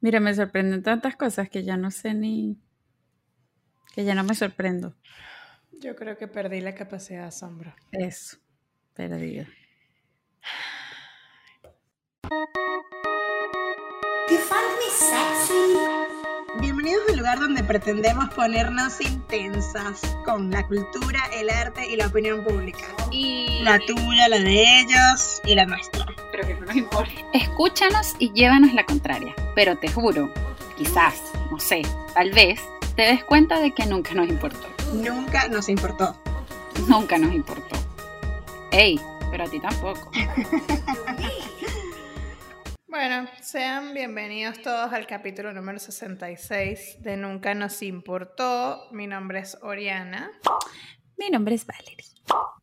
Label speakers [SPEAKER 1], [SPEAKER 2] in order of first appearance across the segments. [SPEAKER 1] Mira, me sorprenden tantas cosas que ya no sé ni... que ya no me sorprendo.
[SPEAKER 2] Yo creo que perdí la capacidad de asombro.
[SPEAKER 1] Eso, perdida.
[SPEAKER 3] You find me sexy.
[SPEAKER 4] Bienvenidos al lugar donde pretendemos ponernos intensas con la cultura, el arte y la opinión pública.
[SPEAKER 5] y
[SPEAKER 4] La tuya, la de ellos y la nuestra.
[SPEAKER 5] pero que no nos importe.
[SPEAKER 6] Escúchanos y llévanos la contraria, pero te juro, quizás, no sé, tal vez, te des cuenta de que nunca nos importó.
[SPEAKER 4] Nunca nos importó.
[SPEAKER 6] Nunca nos importó. Ey, pero a ti tampoco.
[SPEAKER 2] Bueno, sean bienvenidos todos al capítulo número 66 de Nunca nos importó. Mi nombre es Oriana
[SPEAKER 1] Mi nombre es Valerie.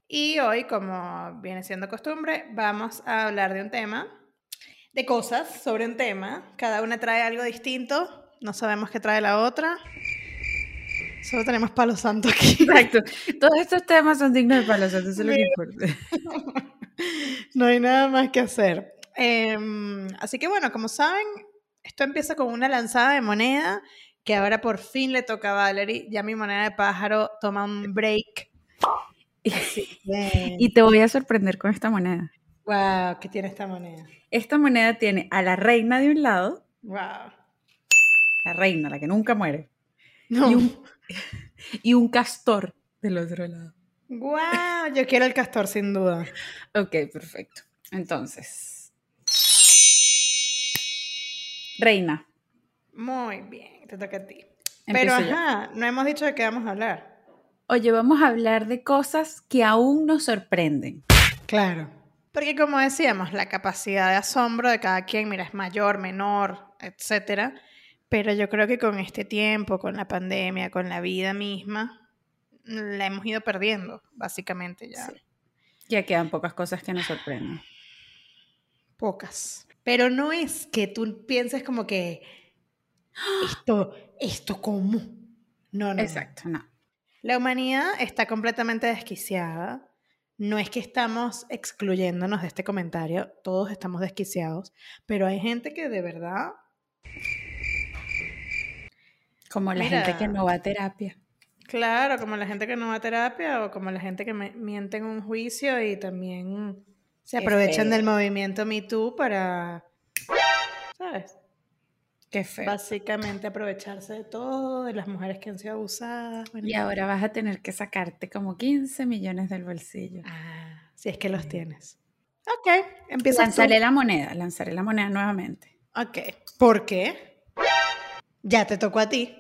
[SPEAKER 2] y hoy, como viene siendo costumbre, vamos a hablar de un tema, de cosas sobre un tema. Cada una trae algo distinto, no sabemos qué trae la otra. Solo tenemos palo santo aquí.
[SPEAKER 1] Exacto. Todos estos temas son dignos de palos, eso es lo que importa.
[SPEAKER 2] No hay nada más que hacer. Em, así que bueno, como saben, esto empieza con una lanzada de moneda que ahora por fin le toca a Valerie. Ya mi moneda de pájaro toma un break.
[SPEAKER 1] Y te voy a sorprender con esta moneda.
[SPEAKER 2] wow, ¿qué tiene esta moneda?
[SPEAKER 1] Esta moneda tiene a la reina de un lado,
[SPEAKER 2] Wow.
[SPEAKER 1] la reina, la que nunca muere,
[SPEAKER 2] No.
[SPEAKER 1] y, un, y un castor del otro lado.
[SPEAKER 2] Wow, yo quiero el castor sin duda.
[SPEAKER 1] Ok, perfecto. Entonces. Reina.
[SPEAKER 2] Muy bien, te toca a ti. Pero
[SPEAKER 1] Empiezo yo.
[SPEAKER 2] ajá, no hemos dicho de qué vamos a hablar.
[SPEAKER 1] Oye, vamos a hablar de cosas que aún nos sorprenden.
[SPEAKER 2] Claro. Porque como decíamos, la capacidad de asombro de cada quien, mira, es mayor, menor, etcétera. Pero yo creo que con este tiempo, con la pandemia, con la vida misma, la hemos ido perdiendo, básicamente ya.
[SPEAKER 1] Ya quedan pocas cosas que nos sorprenden.
[SPEAKER 2] Pocas. Pero no es que tú pienses como que "Ah, esto, esto cómo. No, no, no.
[SPEAKER 1] Exacto, no.
[SPEAKER 2] La humanidad está completamente desquiciada. No es que estamos excluyéndonos de este comentario, todos estamos desquiciados, pero hay gente que de verdad,
[SPEAKER 1] Como la
[SPEAKER 2] Mira.
[SPEAKER 1] gente que no va a terapia.
[SPEAKER 2] claro, como la gente que no va a terapia o como la gente que me- miente en un juicio y también se
[SPEAKER 1] Qué
[SPEAKER 2] aprovechan
[SPEAKER 1] feo.
[SPEAKER 2] del movimiento Me Too para, ¿sabes?
[SPEAKER 1] Qué feo.
[SPEAKER 2] Básicamente aprovecharse de todo, de las mujeres que han sido abusadas. bueno.
[SPEAKER 1] Y ahora vas a tener que sacarte como 15 millones del bolsillo.
[SPEAKER 2] Ah, si es que los tienes. Ok, empieza
[SPEAKER 1] Lanzaré la moneda, lanzaré la moneda nuevamente.
[SPEAKER 2] Ok. ¿Por qué? Ya te tocó a ti.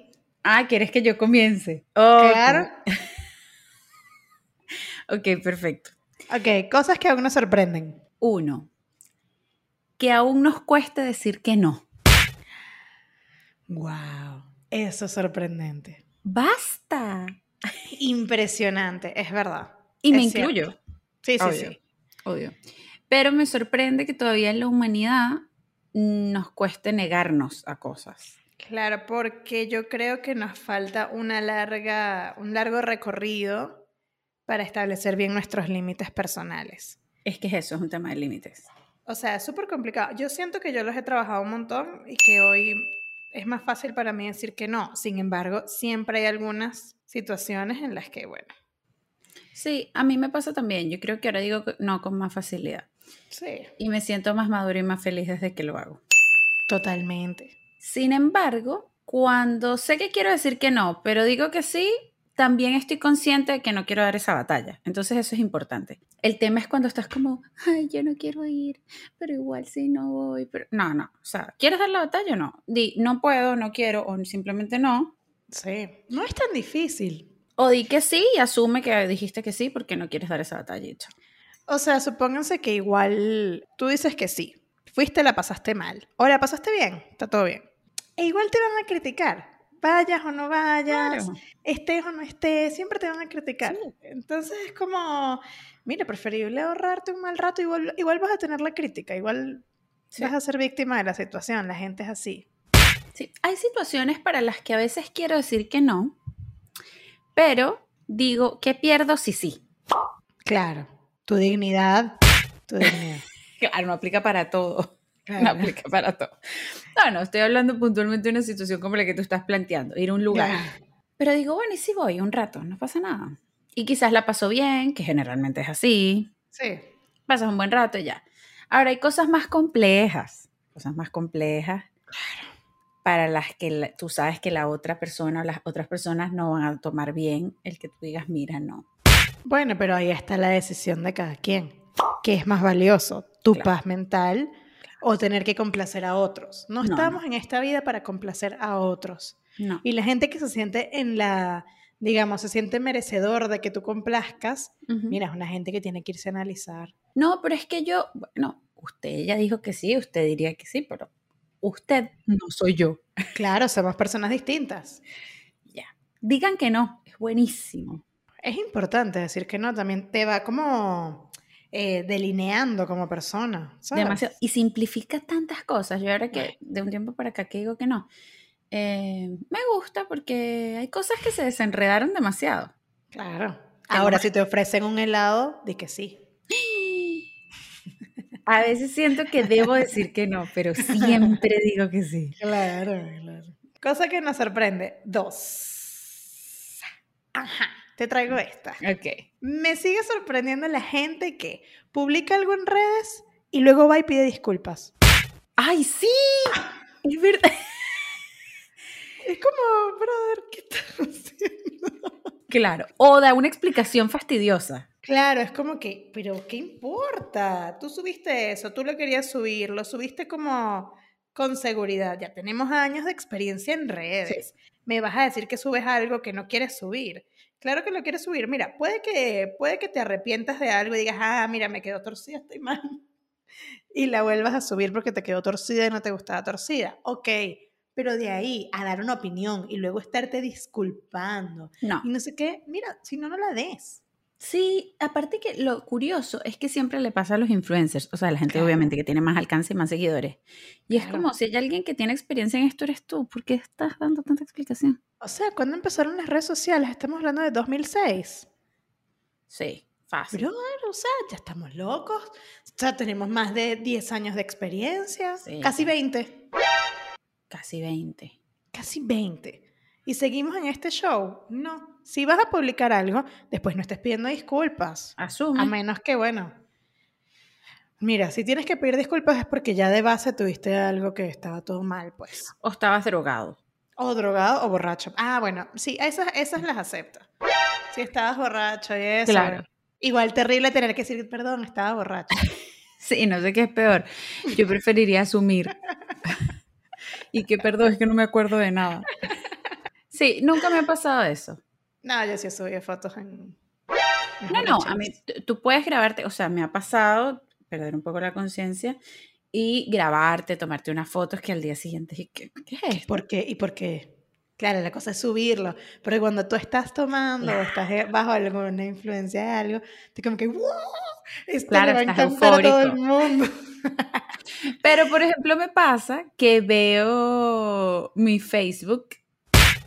[SPEAKER 1] Ah, ¿quieres que yo comience?
[SPEAKER 2] Claro.
[SPEAKER 1] Ok, perfecto.
[SPEAKER 2] Ok, cosas que aún nos sorprenden.
[SPEAKER 1] Uno, que aún nos cueste decir que no.
[SPEAKER 2] Wow. Eso es sorprendente.
[SPEAKER 1] ¡Basta!
[SPEAKER 2] Impresionante, es verdad.
[SPEAKER 1] Y me
[SPEAKER 2] Es cierto.
[SPEAKER 1] incluyo,
[SPEAKER 2] Sí, sí,
[SPEAKER 1] Obvio.
[SPEAKER 2] sí.
[SPEAKER 1] obvio. Pero me sorprende que todavía en la humanidad nos cueste negarnos a cosas.
[SPEAKER 2] Claro, porque yo creo que nos falta una larga, un largo recorrido para establecer bien nuestros límites personales.
[SPEAKER 1] Es que es eso, es un tema de límites.
[SPEAKER 2] O sea, es súper complicado. Yo siento que yo los he trabajado un montón y que hoy es más fácil para mí decir que no. Sin embargo, siempre hay algunas situaciones en las que, bueno,
[SPEAKER 1] Sí, a mí me pasa también. Yo creo que ahora digo que no con más facilidad.
[SPEAKER 2] sí.
[SPEAKER 1] Y me siento más madura y más feliz desde que lo hago.
[SPEAKER 2] Totalmente.
[SPEAKER 1] Sin embargo, cuando sé que quiero decir que no, pero digo que sí, también estoy consciente de que no quiero dar esa batalla. Entonces eso es importante. El tema es cuando estás como, ay, yo no quiero ir, pero igual sí no voy. Pero... No, no. O sea, ¿quieres dar la batalla o no? Di, no puedo, no quiero, o simplemente no.
[SPEAKER 2] Sí. No es tan difícil.
[SPEAKER 1] O di que sí y asume que dijiste que sí porque no quieres dar esa batalla. y chao.
[SPEAKER 2] O sea, supónganse que igual tú dices que sí. Fuiste, la pasaste mal. O la pasaste bien, está todo bien. E igual te van a criticar. Vayas o no vayas,
[SPEAKER 1] Claro.
[SPEAKER 2] estés o no estés, siempre te van a criticar. Entonces es como, mira, preferible ahorrarte un mal rato, igual, igual vas a tener la crítica, igual
[SPEAKER 1] Sí.
[SPEAKER 2] vas a ser víctima de la situación, la gente es así.
[SPEAKER 1] Sí, hay situaciones para las que a veces quiero decir que no, pero digo, ¿qué pierdo si sí?
[SPEAKER 2] Claro, tu dignidad, tu dignidad.
[SPEAKER 1] Claro, no aplica Ah, para todo. No aplica para todo. No, no, estoy hablando puntualmente de una situación como la que tú estás planteando, ir a un lugar. Pero digo, bueno, ¿y si voy un rato? No pasa nada. Y quizás la paso bien, que generalmente es así.
[SPEAKER 2] Sí.
[SPEAKER 1] Pasas un buen rato y ya. Ahora hay cosas más complejas, cosas más complejas para las que la- tú sabes que la otra persona o las otras personas no van a tomar bien el que tú digas, mira, no.
[SPEAKER 2] Bueno, pero ahí está la decisión de cada quien. ¿Qué es más valioso? ¿Tu
[SPEAKER 1] Claro.
[SPEAKER 2] paz mental o tener que complacer a otros? No,
[SPEAKER 1] No,
[SPEAKER 2] estamos en esta vida para complacer a otros.
[SPEAKER 1] No.
[SPEAKER 2] Y la gente que se siente en la, digamos, se siente merecedor de que tú complazcas,
[SPEAKER 1] Ujú.
[SPEAKER 2] mira, es una gente que tiene que irse a analizar.
[SPEAKER 1] No, pero es que yo, bueno, usted ya dijo que sí, usted diría que sí, pero usted no soy yo.
[SPEAKER 2] Claro, somos personas distintas.
[SPEAKER 1] Digan que no, es buenísimo.
[SPEAKER 2] Es importante decir que no, también te va como eh, delineando como persona. ¿sabes?
[SPEAKER 1] Demasiado. Y simplifica tantas cosas. Yo ahora que de un tiempo para acá que digo que no, eh, me gusta porque hay cosas que se desenredaron demasiado.
[SPEAKER 2] Claro. Ahora, si te ofrecen un helado, di que sí.
[SPEAKER 1] A veces siento que debo decir que no, pero siempre digo que sí.
[SPEAKER 2] Claro, claro. Cosa que nos sorprende. Dos. Ajá, te traigo esta.
[SPEAKER 1] Ok.
[SPEAKER 2] Me sigue sorprendiendo la gente que publica algo en redes y luego va y pide disculpas.
[SPEAKER 1] ¡Ay, sí! Es verdad.
[SPEAKER 2] Es como, brother, ¿qué estás haciendo?
[SPEAKER 1] Claro. O da una explicación fastidiosa.
[SPEAKER 2] Claro, es como que, pero ¿qué importa? Tú subiste eso, tú lo querías subir, lo subiste como con seguridad. Ya tenemos años de experiencia en redes. Me vas a decir que subes algo que no quieres subir. Claro que lo quieres subir. Mira, puede que, puede que te arrepientas de algo y digas, ah, mira, me quedó torcida esta imagen. Y la vuelvas a subir porque te quedó torcida y no te gustaba torcida. Ok, pero de ahí a dar una opinión y luego estarte disculpando
[SPEAKER 1] No.
[SPEAKER 2] y no sé qué, mira, si no, no la des.
[SPEAKER 1] Sí, aparte que lo curioso es que siempre le pasa a los influencers, o sea, a la gente
[SPEAKER 2] Claro.
[SPEAKER 1] obviamente que tiene más alcance y más seguidores. Y es
[SPEAKER 2] Claro.
[SPEAKER 1] como si hay alguien que tiene experiencia en esto, eres tú, ¿por qué estás dando tanta explicación?
[SPEAKER 2] O sea, ¿cuándo empezaron las redes sociales? Estamos hablando de 2006.
[SPEAKER 1] Sí, fácil.
[SPEAKER 2] Pero, o sea, ya estamos locos. O sea, tenemos más de 10 años de experiencia.
[SPEAKER 1] Sí,
[SPEAKER 2] Casi
[SPEAKER 1] ya.
[SPEAKER 2] 20.
[SPEAKER 1] Casi 20.
[SPEAKER 2] Casi 20. Y seguimos en este show. No. Si vas a publicar algo, después no estés pidiendo disculpas.
[SPEAKER 1] Asume.
[SPEAKER 2] A menos que, bueno. Mira, si tienes que pedir disculpas es porque ya de base tuviste algo que estaba todo mal, pues.
[SPEAKER 1] O estabas drogado.
[SPEAKER 2] O drogado o borracho. Ah, bueno, sí, esas, esas las acepto. Si estabas borracho y eso.
[SPEAKER 1] Claro.
[SPEAKER 2] bueno. Igual terrible tener que decir, perdón, estaba borracho.
[SPEAKER 1] Sí, no sé qué es peor. Yo preferiría asumir. y que perdón, es que no me acuerdo de nada. Sí, nunca me ha pasado eso.
[SPEAKER 2] No, yo sí subí fotos en...
[SPEAKER 1] No,
[SPEAKER 2] en
[SPEAKER 1] no, a
[SPEAKER 2] borracheras.
[SPEAKER 1] mí t- tú puedes grabarte, o sea, me ha pasado perder un poco la conciencia y grabarte, tomarte unas fotos que al día siguiente, y que, ¿qué es esto?
[SPEAKER 2] ¿Por qué? ¿Y por qué? Claro, la cosa es subirlo. Pero cuando tú estás tomando o estás eh, bajo alguna influencia de algo, te como que, ¡wow! Esto
[SPEAKER 1] Claro,
[SPEAKER 2] le va a
[SPEAKER 1] estás
[SPEAKER 2] encantar a todo el
[SPEAKER 1] eufórico.
[SPEAKER 2] mundo.
[SPEAKER 1] Pero, por ejemplo, me pasa que veo mi Facebook,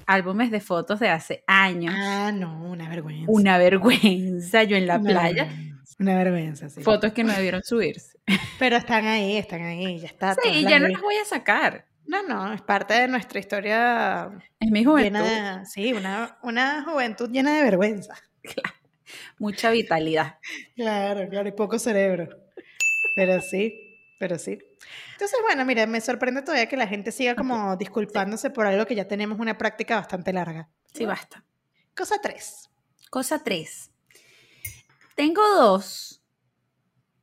[SPEAKER 1] álbumes de fotos de hace años,
[SPEAKER 2] Ah, no, una vergüenza.
[SPEAKER 1] una vergüenza, yo en la
[SPEAKER 2] Una
[SPEAKER 1] playa,
[SPEAKER 2] vergüenza. Una vergüenza, sí.
[SPEAKER 1] fotos que no debieron subirse.
[SPEAKER 2] Pero están ahí, están ahí, ya está. todas
[SPEAKER 1] Sí,
[SPEAKER 2] las
[SPEAKER 1] ya no
[SPEAKER 2] vi.
[SPEAKER 1] las voy a sacar.
[SPEAKER 2] No, no, es parte de nuestra historia
[SPEAKER 1] Es mi juventud,
[SPEAKER 2] llena de, sí, una, una juventud llena de vergüenza.
[SPEAKER 1] mucha vitalidad.
[SPEAKER 2] Claro, claro, y poco cerebro. Pero sí, pero sí. Entonces, bueno, mira, me sorprende todavía que la gente siga como disculpándose por algo que ya tenemos una práctica bastante larga.
[SPEAKER 1] Sí, basta.
[SPEAKER 2] Cosa tres.
[SPEAKER 1] Cosa 3. Tengo dos,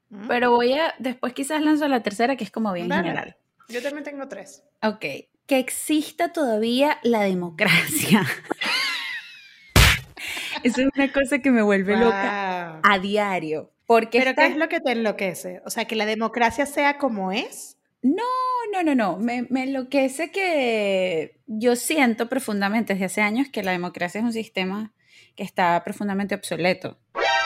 [SPEAKER 2] ¿Mm?
[SPEAKER 1] pero voy a, después quizás lanzo la tercera, que es como bien
[SPEAKER 2] Dale.
[SPEAKER 1] general.
[SPEAKER 2] Yo también tengo tres.
[SPEAKER 1] Ok, que exista todavía la democracia. Eso es una cosa que me vuelve loca
[SPEAKER 2] Wow.
[SPEAKER 1] a diario. Porque
[SPEAKER 2] Ah, Pero
[SPEAKER 1] está-
[SPEAKER 2] ¿qué es lo que te enloquece? O sea, que la democracia sea como es.
[SPEAKER 1] no, no, no, me, me enloquece que yo siento profundamente desde hace años que la democracia es un sistema que está profundamente obsoleto.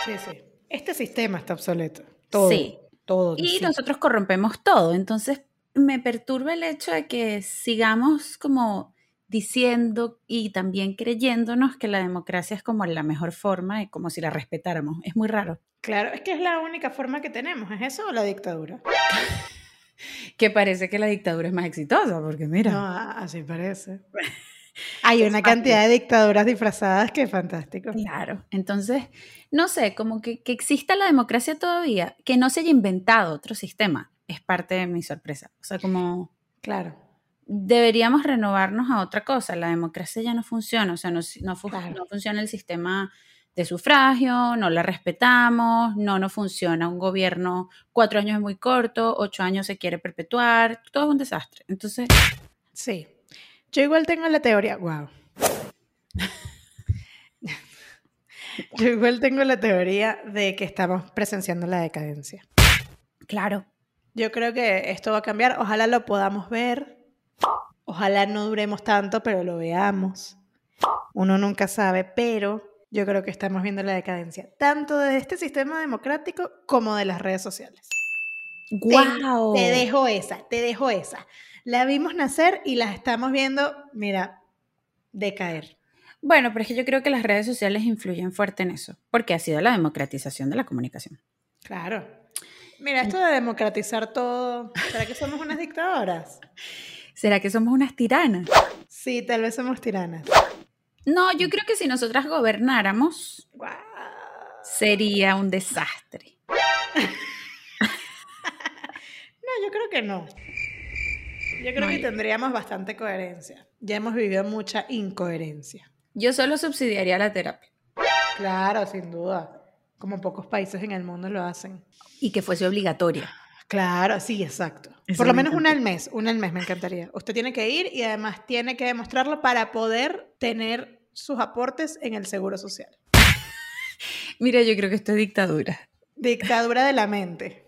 [SPEAKER 2] Sí, sí. Este sistema está obsoleto. Todo.
[SPEAKER 1] Sí.
[SPEAKER 2] Todo.
[SPEAKER 1] Y
[SPEAKER 2] sí.
[SPEAKER 1] nosotros corrompemos todo. Entonces me perturba el hecho de que sigamos como diciendo y también creyéndonos que la democracia es como la mejor forma y como si la respetáramos. Es muy raro.
[SPEAKER 2] Claro, es que es la única forma que tenemos, ¿es eso o la dictadura?
[SPEAKER 1] que parece que la dictadura es más exitosa, porque mira.
[SPEAKER 2] No, a- así parece. Hay una cantidad de dictaduras disfrazadas que es fantástico.
[SPEAKER 1] Claro. Entonces, no sé, como que, que exista la democracia todavía, que no se haya inventado otro sistema, es parte de mi sorpresa. O sea, como
[SPEAKER 2] Claro.
[SPEAKER 1] deberíamos renovarnos a otra cosa. La democracia ya no funciona, o sea, no, si- no fu-
[SPEAKER 2] Claro.
[SPEAKER 1] no funciona el sistema de sufragio, no la respetamos, no nos funciona un gobierno, cuatro años es muy corto, ocho años se quiere perpetuar, todo es un desastre. Entonces,
[SPEAKER 2] Sí. Yo igual tengo la teoría. Wow. Yo igual tengo la teoría de que estamos presenciando la decadencia.
[SPEAKER 1] claro,
[SPEAKER 2] Yo creo que esto va a cambiar. Ojalá lo podamos ver. Ojalá no duremos tanto, pero lo veamos. Uno nunca sabe, pero yo creo que estamos viendo la decadencia, tanto de este sistema democrático como de las redes sociales. Te-
[SPEAKER 1] wow.
[SPEAKER 2] Te dejo esa, te dejo esa. La vimos nacer y la estamos viendo, mira, decaer.
[SPEAKER 1] Bueno, pero es que yo creo que las redes sociales influyen fuerte en eso, porque ha sido la democratización de la comunicación.
[SPEAKER 2] Claro. Mira, esto de democratizar todo, ¿será que somos unas dictadoras?
[SPEAKER 1] ¿Será que somos unas tiranas?
[SPEAKER 2] Sí, tal vez somos tiranas.
[SPEAKER 1] No, yo creo que si nosotras gobernáramos, sería un desastre.
[SPEAKER 2] No, yo creo que no. Yo creo
[SPEAKER 1] No,
[SPEAKER 2] que
[SPEAKER 1] yo-
[SPEAKER 2] tendríamos bastante coherencia. Ya hemos vivido mucha incoherencia.
[SPEAKER 1] Yo solo subsidiaría la terapia
[SPEAKER 2] Claro, sin duda. Como pocos países en el mundo lo hacen.
[SPEAKER 1] y que fuese obligatoria.
[SPEAKER 2] Claro, sí, exacto.
[SPEAKER 1] Eso
[SPEAKER 2] Por lo
[SPEAKER 1] me
[SPEAKER 2] menos una
[SPEAKER 1] encanta.
[SPEAKER 2] al mes, una al mes me encantaría. Usted tiene que ir y además tiene que demostrarlo para poder tener sus aportes en el seguro social.
[SPEAKER 1] Mira, yo creo que esto es dictadura.
[SPEAKER 2] Dictadura de la mente.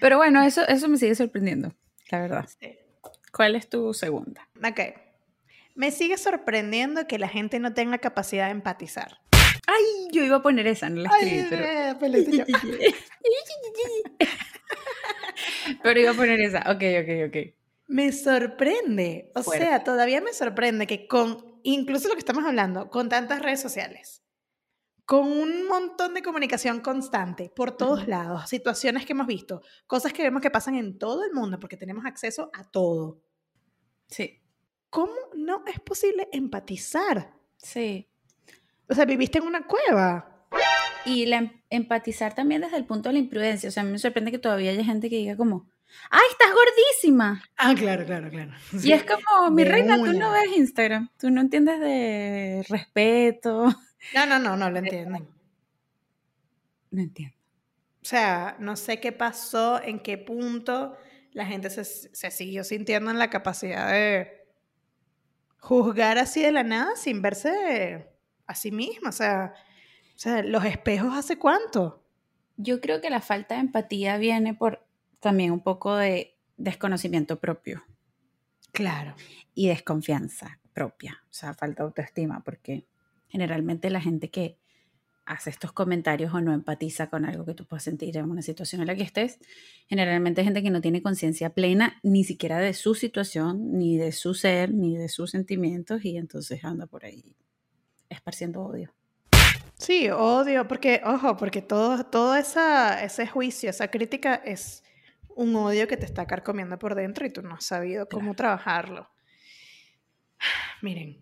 [SPEAKER 1] Pero bueno, eso, eso me sigue sorprendiendo, la verdad.
[SPEAKER 2] Sí.
[SPEAKER 1] ¿Cuál es tu segunda?
[SPEAKER 2] Ok. Me sigue sorprendiendo que la gente no tenga capacidad de empatizar.
[SPEAKER 1] Ay, yo iba a poner esa, no la escribí,
[SPEAKER 2] Ay,
[SPEAKER 1] pero,
[SPEAKER 2] eh, pelota, yo-
[SPEAKER 1] pero iba a poner esa. Ok, ok, ok.
[SPEAKER 2] Me sorprende, o
[SPEAKER 1] Fuerte.
[SPEAKER 2] sea, todavía me sorprende que con, incluso lo que estamos hablando, con tantas redes sociales, con un montón de comunicación constante por todos
[SPEAKER 1] Ujú.
[SPEAKER 2] lados, situaciones que hemos visto, cosas que vemos que pasan en todo el mundo porque tenemos acceso a todo.
[SPEAKER 1] Sí,
[SPEAKER 2] ¿Cómo no es posible empatizar?
[SPEAKER 1] sí.
[SPEAKER 2] O sea, viviste en una cueva.
[SPEAKER 1] Y la em- empatizar también desde el punto de la imprudencia. O sea, a mí me sorprende que todavía haya gente que diga como, ¡ay, estás gordísima!
[SPEAKER 2] Ah, claro, claro, claro.
[SPEAKER 1] Y es como, mi
[SPEAKER 2] de
[SPEAKER 1] reina, tú
[SPEAKER 2] una.
[SPEAKER 1] no ves Instagram, tú no entiendes de respeto.
[SPEAKER 2] No, no, no, no lo entienden.
[SPEAKER 1] No entiendo.
[SPEAKER 2] O sea, no sé qué pasó, en qué punto la gente se, se siguió sintiendo en la capacidad de juzgar así de la nada sin verse a sí misma. O sea, o sea los espejos hace cuánto.
[SPEAKER 1] Yo creo que la falta de empatía viene por también un poco de desconocimiento propio
[SPEAKER 2] Claro.
[SPEAKER 1] y desconfianza propia, o sea, falta de autoestima, porque generalmente la gente que hace estos comentarios o no empatiza con algo que tú puedas sentir en una situación en la que estés, generalmente es gente que no tiene conciencia plena ni siquiera de su situación, ni de su ser, ni de sus sentimientos, y entonces anda por ahí esparciendo odio.
[SPEAKER 2] Sí, odio, porque, ojo, porque todo, todo esa, ese juicio, esa crítica es un odio que te está carcomiendo por dentro y tú no has sabido cómo trabajarlo. Miren,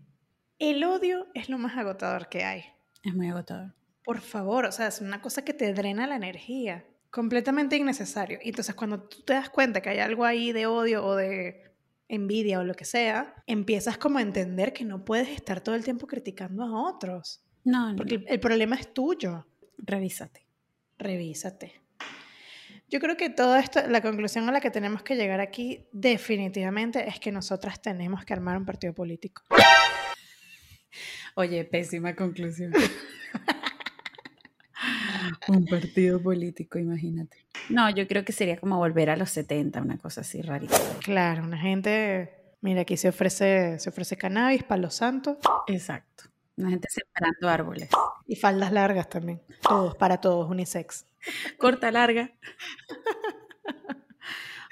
[SPEAKER 2] el odio es lo más agotador que hay.
[SPEAKER 1] Es muy agotador.
[SPEAKER 2] Por favor, o sea, es una cosa que te drena la energía. Completamente innecesario. Y entonces cuando tú te das cuenta que hay algo ahí de odio o de envidia o lo que sea, empiezas como a entender que no puedes estar todo el tiempo criticando a otros.
[SPEAKER 1] No, no,
[SPEAKER 2] Porque el, el problema es tuyo.
[SPEAKER 1] revísate.
[SPEAKER 2] Revísate. Yo creo que todo esto, la conclusión a la que tenemos que llegar aquí definitivamente es que nosotras tenemos que armar un partido político.
[SPEAKER 1] Oye, pésima conclusión. Un partido político, imagínate. No, yo creo que sería como volver a los 70, una cosa así rarita.
[SPEAKER 2] Claro, una gente, mira, aquí se ofrece, se ofrece cannabis, palo santo.
[SPEAKER 1] Exacto. La gente separando árboles.
[SPEAKER 2] Y faldas largas también. Todos, para todos, unisex.
[SPEAKER 1] Corta, larga.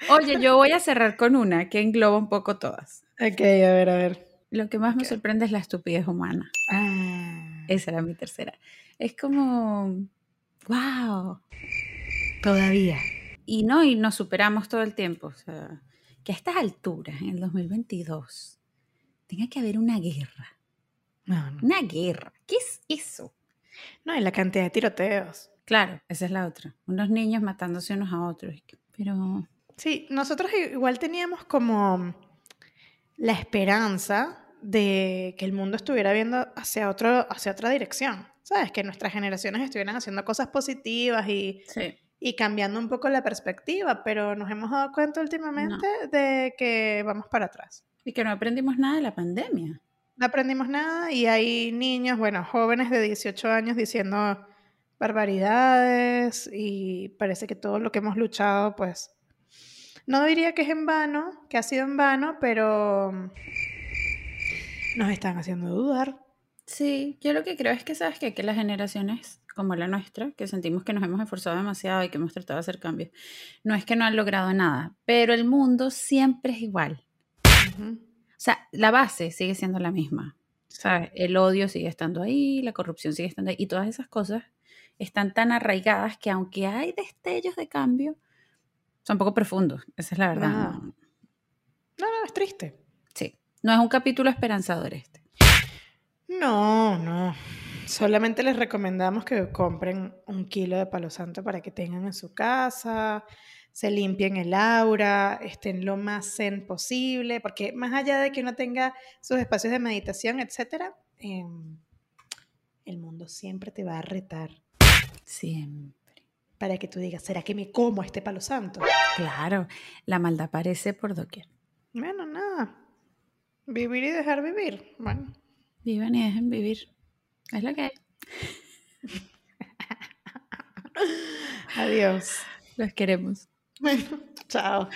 [SPEAKER 1] Oye, yo voy a cerrar con una que engloba un poco todas.
[SPEAKER 2] Ok, a ver, a ver.
[SPEAKER 1] Lo que más me
[SPEAKER 2] Ok.
[SPEAKER 1] sorprende es la estupidez humana.
[SPEAKER 2] Ah.
[SPEAKER 1] Esa era mi tercera. Es como, wow.
[SPEAKER 2] todavía.
[SPEAKER 1] y no, y nos superamos todo el tiempo. O sea, que a estas alturas, en el 2022, tenga que haber una guerra.
[SPEAKER 2] No, no.
[SPEAKER 1] Una guerra. ¿Qué es eso?
[SPEAKER 2] No, y la cantidad de tiroteos.
[SPEAKER 1] Claro, esa es la otra. Unos niños matándose unos a otros. Pero
[SPEAKER 2] Sí, nosotros i- igual teníamos como la esperanza de que el mundo estuviera viendo hacia, otro, hacia otra dirección. ¿Sabes? Que nuestras generaciones estuvieran haciendo cosas positivas y,
[SPEAKER 1] sí.
[SPEAKER 2] y cambiando un poco la perspectiva, pero nos hemos dado cuenta últimamente de que vamos para atrás.
[SPEAKER 1] Y que no aprendimos nada de la pandemia.
[SPEAKER 2] No aprendimos nada y hay niños, bueno, jóvenes de 18 años diciendo barbaridades y parece que todo lo que hemos luchado, pues, no diría que es en vano, que ha sido en vano, pero mm, nos están haciendo dudar.
[SPEAKER 1] Sí, yo lo que creo es que sabes que, que las generaciones como la nuestra, que sentimos que nos hemos esforzado demasiado y que hemos tratado de hacer cambios, no es que no han logrado nada, pero el mundo siempre es igual.
[SPEAKER 2] Ujú.
[SPEAKER 1] O sea, la base sigue siendo la misma. ¿sabes? El odio sigue estando ahí, la corrupción sigue estando ahí, y todas esas cosas están tan arraigadas que aunque hay destellos de cambio, son poco profundos, esa es la verdad.
[SPEAKER 2] Ajá.
[SPEAKER 1] ¿no?
[SPEAKER 2] No, no, es triste.
[SPEAKER 1] Sí, no es un capítulo esperanzador este.
[SPEAKER 2] No, no. Solamente les recomendamos que compren un kilo de palo santo para que tengan en su casa, se limpien el aura, estén lo más zen posible, porque más allá de que uno tenga sus espacios de meditación, etcétera, em, el mundo siempre te va a retar
[SPEAKER 1] Siempre.
[SPEAKER 2] para que tú digas, ¿será que me como este palo santo?
[SPEAKER 1] Claro, la maldad aparece por doquier.
[SPEAKER 2] Bueno, nada. Vivir y dejar vivir. Bueno.
[SPEAKER 1] Vivan y dejen vivir. Es lo que hay.
[SPEAKER 2] Adiós.
[SPEAKER 1] Los queremos.
[SPEAKER 2] Bueno, chao.